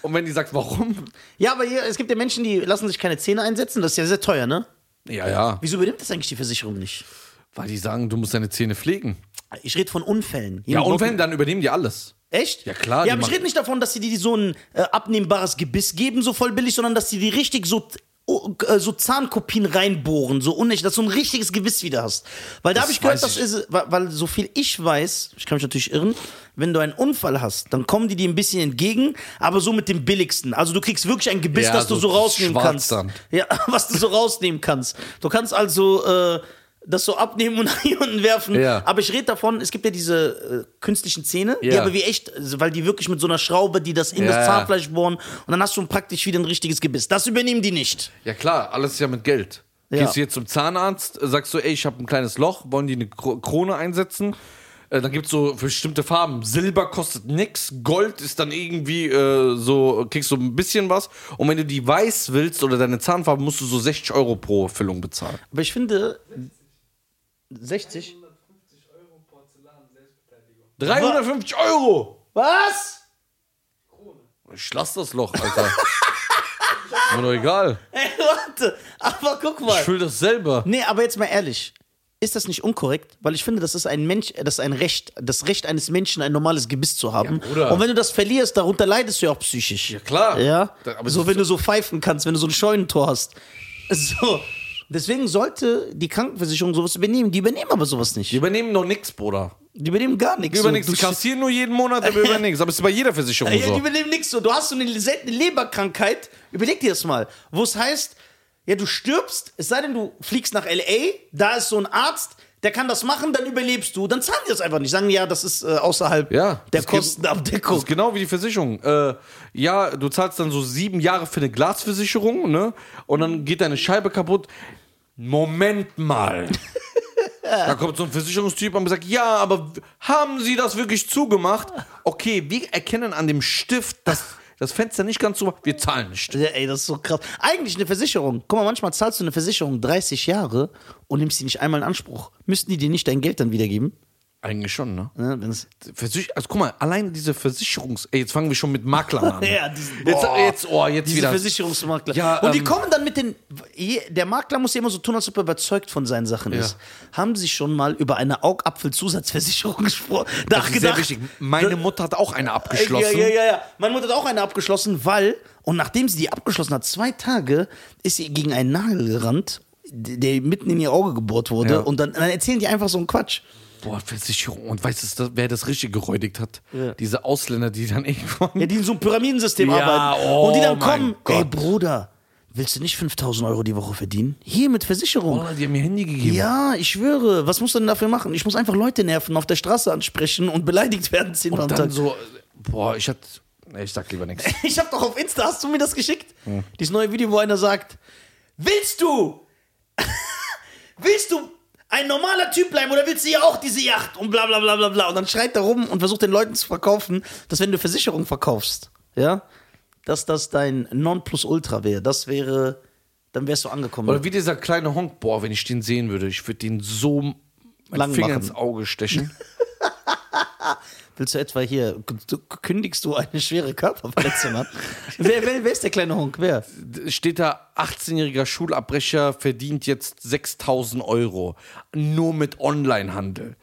[SPEAKER 1] Und wenn die sagt, warum?
[SPEAKER 2] ja aber hier, es gibt ja Menschen, die lassen sich keine Zähne einsetzen. Das ist ja sehr teuer, ne?
[SPEAKER 1] Ja, ja.
[SPEAKER 2] Wieso übernimmt das eigentlich die Versicherung nicht?
[SPEAKER 1] Weil die sagen, du musst deine Zähne pflegen.
[SPEAKER 2] Ich rede von Unfällen.
[SPEAKER 1] Ja,
[SPEAKER 2] Jemand
[SPEAKER 1] und
[SPEAKER 2] baut-
[SPEAKER 1] wenn, dann übernehmen die alles.
[SPEAKER 2] Echt?
[SPEAKER 1] Ja, klar,
[SPEAKER 2] Ja,
[SPEAKER 1] die
[SPEAKER 2] aber ich
[SPEAKER 1] machen-
[SPEAKER 2] rede nicht davon, dass sie dir so ein äh, abnehmbares Gebiss geben, so voll billig, sondern dass sie die richtig so, t- oh, äh, so Zahnkopien reinbohren, so unecht, dass du ein richtiges Gebiss wieder hast. Weil da habe ich gehört,
[SPEAKER 1] weiß
[SPEAKER 2] das ist, weil, weil so viel ich weiß, ich kann mich natürlich irren, wenn du einen Unfall hast, dann kommen die dir ein bisschen entgegen, aber so mit dem billigsten. Also du kriegst wirklich ein Gebiss,
[SPEAKER 1] Ja,
[SPEAKER 2] das du
[SPEAKER 1] so
[SPEAKER 2] so rausnehmen
[SPEAKER 1] schwarz
[SPEAKER 2] kannst.
[SPEAKER 1] dann.
[SPEAKER 2] Ja, was du so rausnehmen kannst. Du kannst also äh, das so abnehmen und nach hier unten werfen.
[SPEAKER 1] Ja.
[SPEAKER 2] Aber ich rede davon, es gibt ja diese äh, künstlichen Zähne, die
[SPEAKER 1] Ja.
[SPEAKER 2] aber wie echt, also weil die wirklich mit so einer Schraube, die das in
[SPEAKER 1] Ja.
[SPEAKER 2] das Zahnfleisch bohren und dann hast du praktisch wieder ein richtiges Gebiss. Das übernehmen die nicht.
[SPEAKER 1] Ja klar, alles ist ja mit Geld.
[SPEAKER 2] Ja.
[SPEAKER 1] Gehst du jetzt zum Zahnarzt, äh, sagst du, ey, ich habe ein kleines Loch, wollen die eine Kro- Krone einsetzen? Äh, dann gibt es so bestimmte Farben. Silber kostet nix, Gold ist dann irgendwie äh, so, kriegst du ein bisschen was. Und wenn du die weiß willst oder deine Zahnfarbe, musst du so 60 Euro pro Füllung bezahlen.
[SPEAKER 2] Aber ich finde. 60?
[SPEAKER 1] 350 Euro!
[SPEAKER 2] Was?
[SPEAKER 1] Ich lass das Loch, Alter. Mir doch egal.
[SPEAKER 2] Ey, warte. Aber guck mal.
[SPEAKER 1] Ich füll das selber.
[SPEAKER 2] Nee, aber jetzt mal ehrlich. Ist das nicht unkorrekt? Weil ich finde, das ist ein Mensch, das ist ein Recht, das Recht eines Menschen, ein normales Gebiss zu haben.
[SPEAKER 1] Bruder.
[SPEAKER 2] Und wenn du das verlierst, darunter leidest du ja auch psychisch. Ja,
[SPEAKER 1] klar.
[SPEAKER 2] Ja.
[SPEAKER 1] Da- aber
[SPEAKER 2] so,
[SPEAKER 1] das-
[SPEAKER 2] wenn du so pfeifen kannst, wenn du so ein Scheunentor hast. So. Deswegen sollte die Krankenversicherung sowas übernehmen. Die übernehmen aber sowas nicht.
[SPEAKER 1] Die übernehmen noch nix, Bruder.
[SPEAKER 2] Die übernehmen gar nichts.
[SPEAKER 1] Die übernehmen nichts.
[SPEAKER 2] Du-
[SPEAKER 1] Die kassieren nur jeden Monat, aber übernehmen nichts. Aber es ist bei jeder Versicherung
[SPEAKER 2] Ja, die
[SPEAKER 1] so.
[SPEAKER 2] übernehmen nichts. So, du hast so eine seltene Leberkrankheit. Überleg dir das mal. Wo es heißt, ja, du stirbst, es sei denn, du fliegst nach L.A., da ist so ein Arzt, der kann das machen, dann überlebst du. Dann zahlen die das einfach nicht. Sagen, ja, das ist äh, außerhalb
[SPEAKER 1] Ja,
[SPEAKER 2] der
[SPEAKER 1] das geht-
[SPEAKER 2] Kostenabdeckung.
[SPEAKER 1] Das ist genau wie die Versicherung. Äh, ja, du zahlst dann so sieben Jahre für eine Glasversicherung, ne? Und dann geht deine Scheibe kaputt. Moment mal. Da kommt so ein Versicherungstyp und sagt, ja, aber w- haben Sie das wirklich zugemacht? Okay, wir erkennen an dem Stift, dass das Fenster nicht ganz zu war. Wir zahlen nicht.
[SPEAKER 2] Ja, ey, das ist so krass. Eigentlich eine Versicherung. Guck mal, manchmal zahlst du eine Versicherung 30 Jahre und nimmst die nicht einmal in Anspruch. Müssten die dir nicht dein Geld dann wiedergeben?
[SPEAKER 1] Eigentlich schon, ne?
[SPEAKER 2] Ne, wenn's-
[SPEAKER 1] Versich also guck mal, allein diese Versicherungs... Ey, jetzt fangen wir schon mit Maklern an.
[SPEAKER 2] Ja, diesen-
[SPEAKER 1] jetzt,
[SPEAKER 2] boah,
[SPEAKER 1] jetzt, oh, jetzt
[SPEAKER 2] Diese
[SPEAKER 1] wieder.
[SPEAKER 2] Versicherungsmakler.
[SPEAKER 1] Ja,
[SPEAKER 2] und die
[SPEAKER 1] ähm,
[SPEAKER 2] kommen dann mit den. je- Der Makler muss ja immer so tun, als ob er überzeugt von seinen Sachen ist. Haben Sie schon mal über eine Augapfelzusatzversicherung gesprochen?
[SPEAKER 1] Das ist sehr wichtig. Meine Mutter hat auch eine abgeschlossen.
[SPEAKER 2] Äh, Ja, ja, ja, ja. Meine Mutter hat auch eine abgeschlossen, weil, und nachdem sie die abgeschlossen hat, zwei Tage, ist sie gegen einen Nagel gerannt, der mitten in ihr Auge gebohrt wurde.
[SPEAKER 1] Ja.
[SPEAKER 2] Und dann, dann erzählen die einfach so einen Quatsch.
[SPEAKER 1] Boah, Versicherung. Und weißt du, das- wer das richtig geräudigt hat? Diese Ausländer, die dann irgendwann.
[SPEAKER 2] Ja, die in so einem Pyramidensystem
[SPEAKER 1] Ja,
[SPEAKER 2] arbeiten.
[SPEAKER 1] oh
[SPEAKER 2] und die dann
[SPEAKER 1] mein
[SPEAKER 2] kommen, ey
[SPEAKER 1] Gott.
[SPEAKER 2] Bruder, willst du nicht 5000 Euro die Woche verdienen? Hier mit Versicherung.
[SPEAKER 1] Boah, die haben mir Handy gegeben.
[SPEAKER 2] Ja, ich schwöre, was musst du denn dafür machen? Ich muss einfach Leute nerven, auf der Straße ansprechen und beleidigt werden zehnmal
[SPEAKER 1] Und
[SPEAKER 2] am
[SPEAKER 1] dann
[SPEAKER 2] Tag.
[SPEAKER 1] so, boah, ich hatte. Nee, ich sag lieber nichts.
[SPEAKER 2] Ich hab doch auf Insta, hast du mir das geschickt? Dieses neue Video, wo einer sagt, willst du, willst du ein normaler Typ bleiben oder willst du ja auch diese Yacht und bla bla bla bla bla. Und dann schreit er rum und versucht den Leuten zu verkaufen, dass wenn du Versicherung verkaufst, ja, dass das dein Nonplusultra wäre. Das wäre, dann wärst du angekommen.
[SPEAKER 1] Oder wie dieser kleine Honk, boah, wenn ich den sehen würde, ich würde den so
[SPEAKER 2] Lang
[SPEAKER 1] meinen Finger
[SPEAKER 2] machen. Mhm.
[SPEAKER 1] ins Auge stechen.
[SPEAKER 2] Willst du etwa hier, k- du- kündigst du eine schwere Körperverletzung an? wer, wer, wer ist der kleine Honk? Wer?
[SPEAKER 1] Steht da, 18-jähriger Schulabbrecher verdient jetzt 6000 Euro. Nur mit Onlinehandel.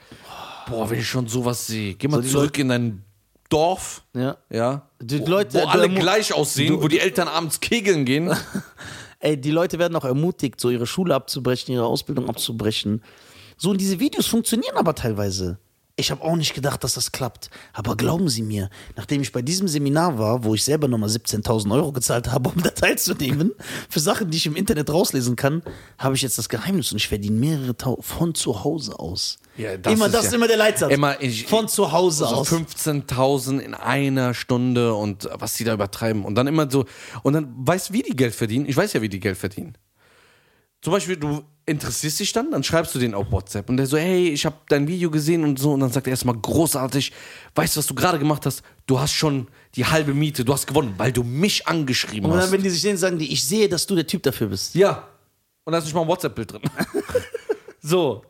[SPEAKER 1] Boah, wenn ich schon sowas sehe, geh mal
[SPEAKER 2] die
[SPEAKER 1] zurück in dein Dorf.
[SPEAKER 2] Ja.
[SPEAKER 1] Ja.
[SPEAKER 2] Die
[SPEAKER 1] Wo-
[SPEAKER 2] Leute-
[SPEAKER 1] wo alle
[SPEAKER 2] du-
[SPEAKER 1] gleich aussehen, wo die Eltern abends kegeln gehen.
[SPEAKER 2] Ey, die Leute werden auch ermutigt, so ihre Schule abzubrechen, ihre Ausbildung abzubrechen. So, und diese Videos funktionieren aber teilweise. Ich habe auch nicht gedacht, dass das klappt. Aber glauben Sie mir, nachdem ich bei diesem Seminar war, wo ich selber nochmal 17.000 Euro gezahlt habe, um da teilzunehmen, für Sachen, die ich im Internet rauslesen kann, habe ich jetzt das Geheimnis und ich verdiene mehrere Tau von zu Hause aus.
[SPEAKER 1] Ja, das
[SPEAKER 2] immer
[SPEAKER 1] ist
[SPEAKER 2] das,
[SPEAKER 1] ja-
[SPEAKER 2] immer der Leitsatz.
[SPEAKER 1] Immer Also ich-
[SPEAKER 2] von zu Hause
[SPEAKER 1] So
[SPEAKER 2] aus.
[SPEAKER 1] 15.000 in einer Stunde und was die da übertreiben. Und dann immer so, und dann weißt du, wie die Geld verdienen? Ich weiß ja, wie die Geld verdienen. Zum Beispiel, du interessierst dich dann, dann schreibst du den auf WhatsApp und der so, hey, ich habe dein Video gesehen und so. Und dann sagt er erstmal großartig, weißt du, was du gerade gemacht hast? Du hast schon die halbe Miete, du hast gewonnen, weil du mich angeschrieben
[SPEAKER 2] Und
[SPEAKER 1] hast.
[SPEAKER 2] dann, wenn die sich sehen, sagen die, ich sehe, dass du der Typ dafür bist.
[SPEAKER 1] Ja. Und da ist nicht mal ein WhatsApp-Bild drin. so.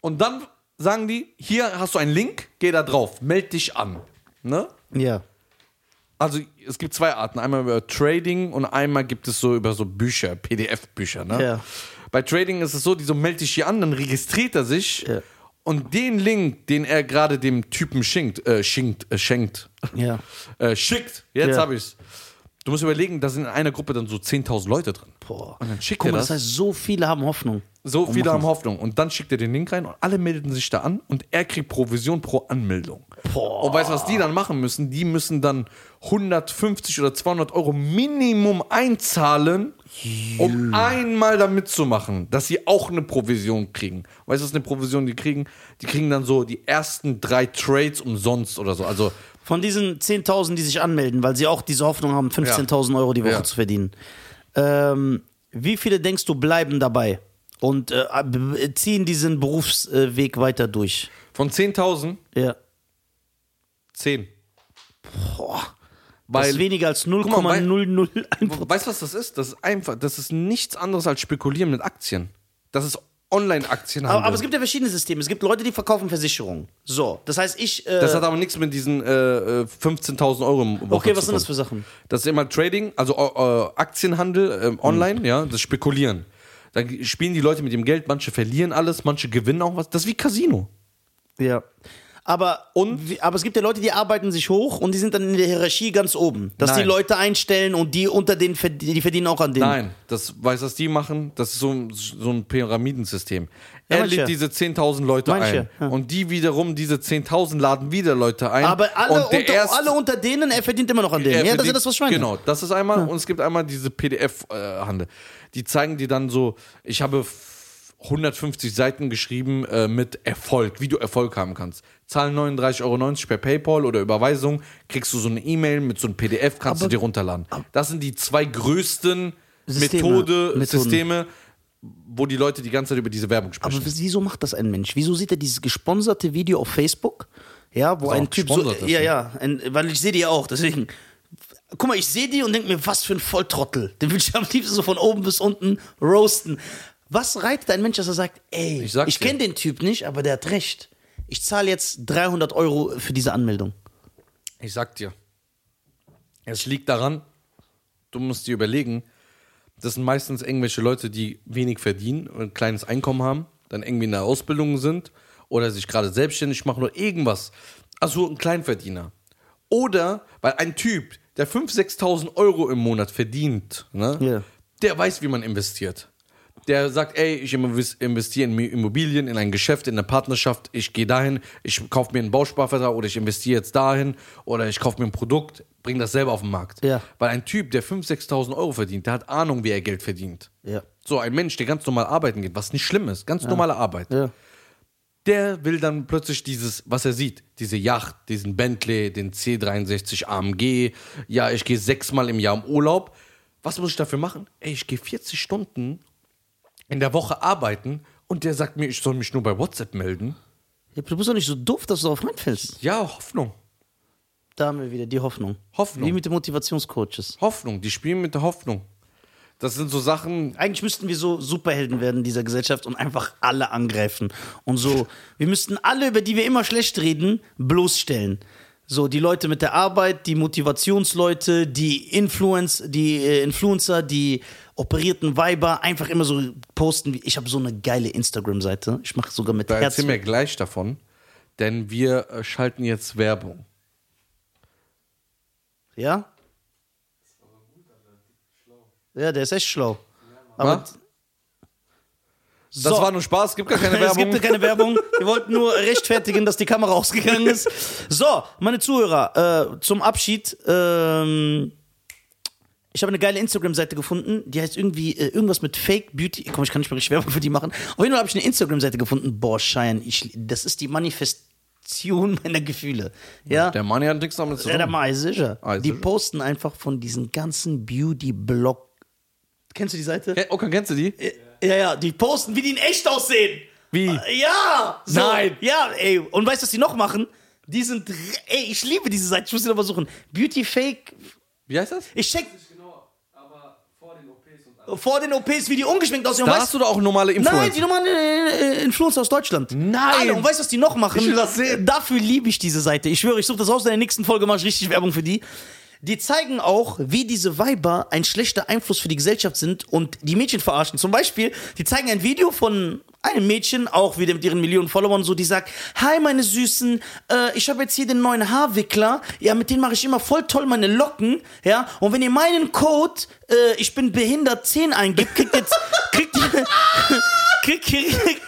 [SPEAKER 1] Und dann sagen die, hier hast du einen Link, geh da drauf, meld dich an. Ne?
[SPEAKER 2] Ja.
[SPEAKER 1] Also es gibt zwei Arten. Einmal über Trading und einmal gibt es so über so Bücher, PDF-Bücher. Ne?
[SPEAKER 2] Ja.
[SPEAKER 1] Bei Trading ist es so, die so meld dich hier an, dann registriert er sich.
[SPEAKER 2] Ja.
[SPEAKER 1] Und den Link, den er gerade dem Typen schenkt, äh, schenkt, äh, schenkt,
[SPEAKER 2] Ja.
[SPEAKER 1] äh, schickt, jetzt
[SPEAKER 2] Ja.
[SPEAKER 1] hab ich's. Du musst überlegen, da sind in einer Gruppe dann so 10.000 Leute drin.
[SPEAKER 2] Boah.
[SPEAKER 1] Und dann schickt
[SPEAKER 2] Guck
[SPEAKER 1] er
[SPEAKER 2] mal,
[SPEAKER 1] das.
[SPEAKER 2] das heißt, so viele haben Hoffnung.
[SPEAKER 1] So viele haben Hoffnung. Und dann schickt er den Link rein und alle melden sich da an und er kriegt Provision pro Anmeldung.
[SPEAKER 2] Boah.
[SPEAKER 1] Und weißt du, was die dann machen müssen? Die müssen dann 150 oder 200 Euro Minimum einzahlen, um einmal da mitzumachen, dass sie auch eine Provision kriegen. Weißt du, was eine Provision die kriegen? Die kriegen dann so die ersten drei Trades umsonst oder so. Also
[SPEAKER 2] Von diesen 10.000, die sich anmelden, weil sie auch diese Hoffnung haben, 15.000 Euro die Woche
[SPEAKER 1] Ja.
[SPEAKER 2] zu verdienen. Ähm, wie viele denkst du bleiben dabei? und äh, b- ziehen diesen Berufsweg weiter durch.
[SPEAKER 1] Von 10.000,
[SPEAKER 2] Ja.
[SPEAKER 1] 10.
[SPEAKER 2] Boah. das
[SPEAKER 1] Weil,
[SPEAKER 2] ist weniger als
[SPEAKER 1] mal, weil-
[SPEAKER 2] 0,001 Prozent.
[SPEAKER 1] weißt du, was das ist? Das ist einfach, das ist nichts anderes als Spekulieren mit Aktien. Das ist Online-Aktienhandel.
[SPEAKER 2] Aber, aber es gibt ja verschiedene Systeme. Es gibt Leute, die verkaufen Versicherungen. So, das heißt, ich. Äh,
[SPEAKER 1] das hat aber nichts mit diesen äh, äh, 15.000 Euro im Woche
[SPEAKER 2] okay,
[SPEAKER 1] zu
[SPEAKER 2] was sind
[SPEAKER 1] tun.
[SPEAKER 2] das für Sachen?
[SPEAKER 1] Das ist immer Trading, also äh, äh, Aktienhandel
[SPEAKER 2] Hm.
[SPEAKER 1] ähm, online, ja, das Spekulieren. Da g- spielen die Leute mit dem Geld, manche verlieren alles, manche gewinnen auch was. Das ist wie Casino.
[SPEAKER 2] Ja. Aber, wie- aber es gibt ja Leute, die arbeiten sich hoch und die sind dann in der Hierarchie ganz oben. Dass
[SPEAKER 1] Nein.
[SPEAKER 2] die Leute einstellen und die unter denen verd die verdienen auch an denen.
[SPEAKER 1] Nein, das weiß, was die machen. Das ist so, ein- so ein Pyramidensystem.
[SPEAKER 2] Ja,
[SPEAKER 1] Er
[SPEAKER 2] manche.
[SPEAKER 1] lädt diese 10.000 Leute
[SPEAKER 2] Manche,
[SPEAKER 1] ein. Und die wiederum, diese 10.000 laden wieder Leute ein.
[SPEAKER 2] Aber alle,
[SPEAKER 1] und der
[SPEAKER 2] unter,
[SPEAKER 1] erste,
[SPEAKER 2] alle unter denen, er verdient immer noch an
[SPEAKER 1] er
[SPEAKER 2] denen. Ja, ne? das ist
[SPEAKER 1] verdient-
[SPEAKER 2] das, was ich meine.
[SPEAKER 1] Genau, das ist einmal. Und es gibt einmal diese PDF-Handel. äh, Die zeigen dir dann so, ich habe f- 150 Seiten geschrieben äh, mit Erfolg, wie du Erfolg haben kannst. Zahl 39,90 Euro per Paypal oder Überweisung, kriegst du so eine E-Mail mit so einem PDF, kannst
[SPEAKER 2] Aber-
[SPEAKER 1] du dir runterladen. Das sind die zwei größten
[SPEAKER 2] Systeme,
[SPEAKER 1] Methode,
[SPEAKER 2] Methoden.
[SPEAKER 1] Systeme, wo die Leute die ganze Zeit über diese Werbung sprechen.
[SPEAKER 2] Aber wieso macht das ein Mensch? Wieso sieht er dieses gesponserte Video auf Facebook? Ja, wo
[SPEAKER 1] ist
[SPEAKER 2] ein
[SPEAKER 1] auch
[SPEAKER 2] Typ so,
[SPEAKER 1] gesponsert, das
[SPEAKER 2] ja,
[SPEAKER 1] Ding.
[SPEAKER 2] ja, ein, weil ich sehe die ja auch, deswegen. Guck mal, ich sehe die und denke mir, was für ein Volltrottel. Den will ich am liebsten so von oben bis unten roasten. Was reitet ein Mensch, dass er sagt, ey, ich,
[SPEAKER 1] Ich sag's
[SPEAKER 2] kenne den Typ nicht, aber der hat recht. Ich zahle jetzt 300 Euro für diese Anmeldung.
[SPEAKER 1] Ich sag dir, es liegt daran, du musst dir überlegen, das sind meistens irgendwelche Leute, die wenig verdienen, und ein kleines Einkommen haben, dann irgendwie in der Ausbildung sind oder sich gerade selbstständig machen oder irgendwas. Also ein Kleinverdiener. Oder, weil ein Typ, der 5.000, 6.000 Euro im Monat verdient, ne,
[SPEAKER 2] Ja.
[SPEAKER 1] der weiß, wie man investiert. Der sagt, ey, ich invis- investiere in Mi- Immobilien, in ein Geschäft, in eine Partnerschaft, ich gehe dahin, ich kaufe mir einen Bausparvertrag oder ich investiere jetzt dahin oder ich kaufe mir ein Produkt, bringe das selber auf den Markt.
[SPEAKER 2] Ja.
[SPEAKER 1] Weil ein Typ, der 5.000, 6.000 Euro verdient, der hat Ahnung, wie er Geld verdient.
[SPEAKER 2] Ja.
[SPEAKER 1] So ein Mensch, der ganz normal arbeiten geht, was nicht schlimm ist, ganz normale Arbeit,
[SPEAKER 2] Ja.
[SPEAKER 1] der will dann plötzlich dieses, was er sieht, diese Yacht, diesen Bentley, den C63 AMG, ja, ich gehe sechsmal im Jahr im Urlaub. Was muss ich dafür machen? Ey, ich gehe 40 Stunden in der Woche arbeiten und der sagt mir, ich soll mich nur bei WhatsApp melden.
[SPEAKER 2] Ja, Du bist doch nicht so doof, dass du darauf reinfällst.
[SPEAKER 1] Ja, Hoffnung.
[SPEAKER 2] Da haben wir wieder die Hoffnung.
[SPEAKER 1] Hoffnung.
[SPEAKER 2] Wie mit den Motivationscoaches.
[SPEAKER 1] Hoffnung. Die spielen mit der Hoffnung. Das sind so Sachen,
[SPEAKER 2] Eigentlich müssten wir so Superhelden werden in dieser Gesellschaft und einfach alle angreifen. Und so, wir müssten alle, über die wir immer schlecht reden, bloßstellen. So, die Leute mit der Arbeit, die Motivationsleute, die Influence, die äh, Influencer, die operierten Weiber, einfach immer so posten. wie- Ich habe so eine geile Instagram-Seite. Ich mache sogar mit
[SPEAKER 1] Da
[SPEAKER 2] Herz.
[SPEAKER 1] erzählen wir gleich davon, denn wir äh, schalten jetzt Werbung.
[SPEAKER 2] Ja? Ja, der ist echt schlau. Aber
[SPEAKER 1] Was? Das war nur Spaß, gibt gar keine
[SPEAKER 2] es
[SPEAKER 1] Werbung.
[SPEAKER 2] gibt keine Werbung. Wir wollten nur rechtfertigen, dass die Kamera ausgegangen ist. So, meine Zuhörer, äh, zum Abschied. Ähm, ich habe eine geile Instagram-Seite gefunden, die heißt irgendwie äh, irgendwas mit Fake Beauty. Komm, ich kann nicht mal richtig Werbung für die machen. Auf jeden Fall habe ich eine Instagram-Seite gefunden. Boah, Schein, ich, das ist die Manifestation meiner Gefühle. Ja,
[SPEAKER 1] Der Mann hat nichts damit zu
[SPEAKER 2] ja, da
[SPEAKER 1] tun.
[SPEAKER 2] mal sicher.
[SPEAKER 1] Ah, ist
[SPEAKER 2] Die
[SPEAKER 1] sicher.
[SPEAKER 2] posten einfach von diesen ganzen Beauty-Blog. Kennst du die Seite?
[SPEAKER 1] Ke- Okay, kennst du die?
[SPEAKER 2] Ja, ja, die posten, wie die in echt aussehen.
[SPEAKER 1] Wie?
[SPEAKER 2] Äh, Ja! So,
[SPEAKER 1] Nein.
[SPEAKER 2] Ja, ey. Und weißt du, was die noch machen? Die sind. r- Ey, ich liebe diese Seite. Ich muss sie nochmal suchen. Beauty Fake.
[SPEAKER 1] Wie heißt das?
[SPEAKER 2] Ich check. Vor den OPs, wie die ungeschminkt aussehen. Und
[SPEAKER 1] Da
[SPEAKER 2] weißt
[SPEAKER 1] hast du doch auch normale
[SPEAKER 2] du, nein,
[SPEAKER 1] Influencer.
[SPEAKER 2] die normalen äh, äh, Influencer aus Deutschland.
[SPEAKER 1] Nein.
[SPEAKER 2] Alle, und weißt du, was die noch machen?
[SPEAKER 1] Ich will das sehen.
[SPEAKER 2] Dafür liebe ich diese Seite. Ich schwöre, ich suche das raus. In der nächsten Folge mache ich richtig Werbung für die. Die zeigen auch, wie diese Weiber ein schlechter Einfluss für die Gesellschaft sind und die Mädchen verarschen. Zum Beispiel, die zeigen ein Video von einem Mädchen, auch wieder mit ihren Millionen Followern, so, die sagt, Hi meine Süßen, äh, ich habe jetzt hier den neuen Haarwickler, ja, mit dem mache ich immer voll toll meine Locken, ja, und wenn ihr meinen Code, äh, ich bin behindert 10 eingibt, kriegt jetzt, kriegt ihr, kriegt, kriegt,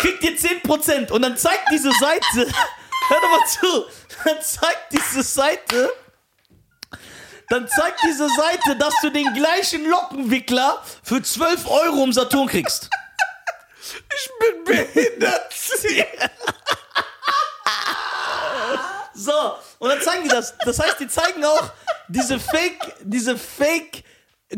[SPEAKER 2] kriegt ihr 10% und dann zeigt diese Seite, hör doch mal zu, dann zeigt diese Seite, dann zeigt diese Seite, dass du den gleichen Lockenwickler für 12 Euro um Saturn kriegst.
[SPEAKER 1] Ich bin behindert.
[SPEAKER 2] So, und dann zeigen die das. Das heißt, die zeigen auch diese Fake, diese Fake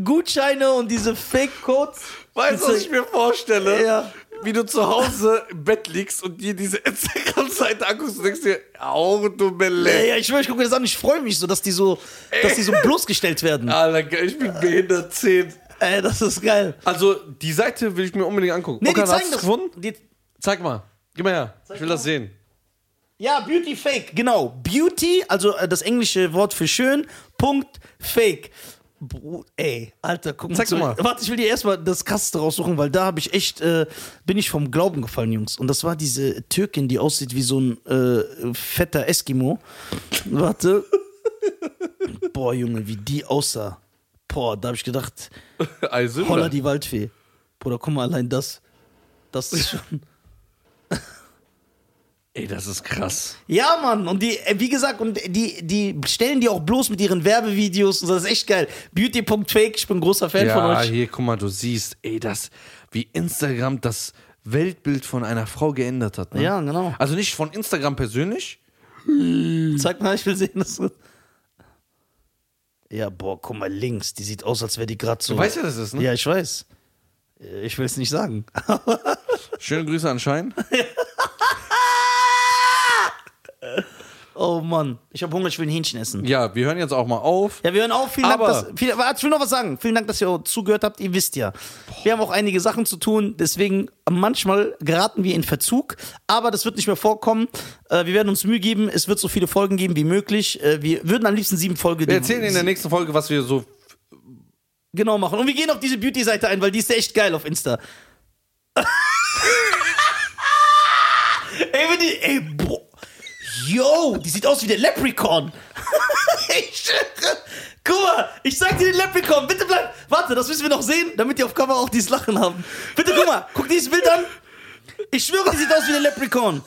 [SPEAKER 2] Gutscheine und diese Fake-Codes.
[SPEAKER 1] Weißt du, was ich mir vorstelle?
[SPEAKER 2] Ja.
[SPEAKER 1] Wie du zu Hause im Bett liegst und dir diese Instagram-Seite anguckst und denkst dir, oh du
[SPEAKER 2] Ja,
[SPEAKER 1] Melle.
[SPEAKER 2] Äh, ja, ich schwöre, ich gucke das an. Ich freue mich so, dass die so, dass die so bloßgestellt werden.
[SPEAKER 1] Alter, ich bin behindert 10.
[SPEAKER 2] Ey, das ist geil.
[SPEAKER 1] Also, die Seite will ich mir unbedingt angucken.
[SPEAKER 2] Nee,
[SPEAKER 1] Okay,
[SPEAKER 2] die zeigen
[SPEAKER 1] hast du's
[SPEAKER 2] das.
[SPEAKER 1] gefunden?
[SPEAKER 2] Die,
[SPEAKER 1] Zeig mal. Gib mal her. ich will das sehen.
[SPEAKER 2] ja, Beauty Fake, genau. Beauty, also äh, das englische Wort für schön, Punkt Fake. Bro, ey, Alter, guck mal.
[SPEAKER 1] Zeig
[SPEAKER 2] zurück.
[SPEAKER 1] mal.
[SPEAKER 2] Warte, ich will dir erstmal das Kaste raussuchen, weil da habe ich echt, äh, bin ich vom Glauben gefallen, Jungs. Und das war diese Türkin, die aussieht wie so ein äh, fetter Eskimo. Warte. Boah, Junge, wie die aussah. Boah, da habe ich gedacht,
[SPEAKER 1] Also,
[SPEAKER 2] Holla die Waldfee. Bruder, guck mal, allein das. Das ist schon.
[SPEAKER 1] Ey, das ist krass.
[SPEAKER 2] Ja, Mann, und die, äh, wie gesagt, und die, die stellen die auch bloß mit ihren Werbevideos und so, das ist echt geil. Beauty.fake, ich bin großer Fan von
[SPEAKER 1] Ja,
[SPEAKER 2] euch.
[SPEAKER 1] hier, guck mal, du siehst, ey, das, wie Instagram das Weltbild von einer Frau geändert hat. Ne?
[SPEAKER 2] Ja, genau.
[SPEAKER 1] Also nicht von Instagram persönlich.
[SPEAKER 2] Zeig mal, ich will sehen, dass du. Ja, boah, guck mal, links, die sieht aus, als wäre die gerade so.
[SPEAKER 1] Du weißt ja, das ist, ne?
[SPEAKER 2] Ja, ich weiß. Äh, Ich will es nicht sagen.
[SPEAKER 1] Schöne Grüße an Schein.
[SPEAKER 2] Oh Mann, ich habe Hunger, ich will ein Hähnchen essen.
[SPEAKER 1] Ja, wir hören jetzt auch mal auf.
[SPEAKER 2] Ja, wir hören auf. Vielen Dank,
[SPEAKER 1] Aber-
[SPEAKER 2] dass, viel, warte, ich will noch was sagen. Vielen Dank, dass ihr zugehört habt. Ihr wisst ja, wir haben auch einige Sachen zu tun. Deswegen manchmal geraten wir in Verzug. Aber das wird nicht mehr vorkommen. Äh, wir werden uns Mühe geben. Es wird so viele Folgen geben wie möglich. Äh, wir würden am liebsten sieben Folgen
[SPEAKER 1] Wir erzählen in der nächsten Folge, was wir so.
[SPEAKER 2] genau machen. Und wir gehen auf diese Beauty-Seite ein, weil die ist echt geil auf Insta. ey, wenn die, ey, boah. Yo, die sieht aus wie der Leprechaun. ich schwöre. Guck mal, ich sag dir den Leprechaun. Bitte bleib. Warte, das müssen wir noch sehen, damit die auf Kamera auch dieses Lachen haben. Bitte guck mal, guck dieses Bild an. Ich schwöre, die sieht aus wie der Leprechaun.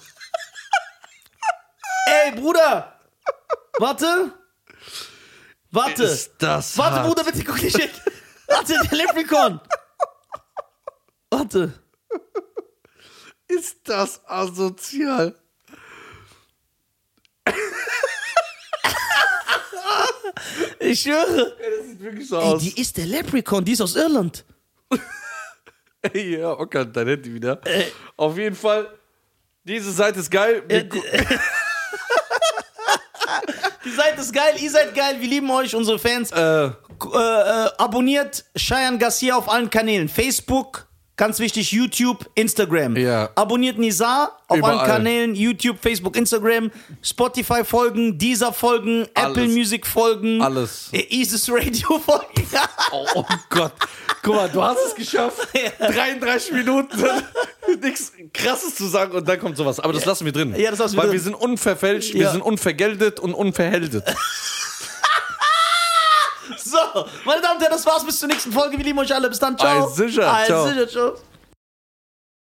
[SPEAKER 2] Ey, Bruder. Warte. Warte.
[SPEAKER 1] Ist das
[SPEAKER 2] Warte,
[SPEAKER 1] hart.
[SPEAKER 2] Bruder, bitte guck nicht hin. Warte, der Leprechaun. Warte.
[SPEAKER 1] Ist das asozial?
[SPEAKER 2] Ich schwöre.
[SPEAKER 1] Das sieht wirklich so
[SPEAKER 2] Ey,
[SPEAKER 1] aus.
[SPEAKER 2] die ist der Leprechaun, die ist aus Irland.
[SPEAKER 1] Ey, ja, okay, dein Handy wieder. Auf jeden Fall, diese Seite ist geil. Wir gu-
[SPEAKER 2] Ihr seid es geil, ihr seid geil, wir lieben euch, unsere Fans.
[SPEAKER 1] äh,
[SPEAKER 2] K- äh, äh, abonniert Cheyenne Garcia auf allen Kanälen. Facebook, ganz wichtig, YouTube, Instagram.
[SPEAKER 1] Ja.
[SPEAKER 2] Abonniert Nizar auf
[SPEAKER 1] Überall.
[SPEAKER 2] allen Kanälen, YouTube, Facebook, Instagram, Spotify folgen, Deezer folgen, Apple Music folgen.
[SPEAKER 1] Alles.
[SPEAKER 2] Äh, Isis Radio folgen.
[SPEAKER 1] oh, oh Gott. Guck mal, du hast es geschafft. 33 Minuten. Nichts krasses zu sagen und dann kommt sowas. Aber das lassen wir drin.
[SPEAKER 2] Ja, das lassen wir
[SPEAKER 1] Weil
[SPEAKER 2] drin.
[SPEAKER 1] wir sind unverfälscht, wir
[SPEAKER 2] Ja.
[SPEAKER 1] sind unvergeldet und unverheldet.
[SPEAKER 2] so, meine Damen und Herren, das war's. Bis zur nächsten Folge. Wir lieben euch alle. Bis dann. Ciao.
[SPEAKER 1] Alles sicher.
[SPEAKER 2] Alles
[SPEAKER 1] Ciao.
[SPEAKER 2] sicher. Ciao.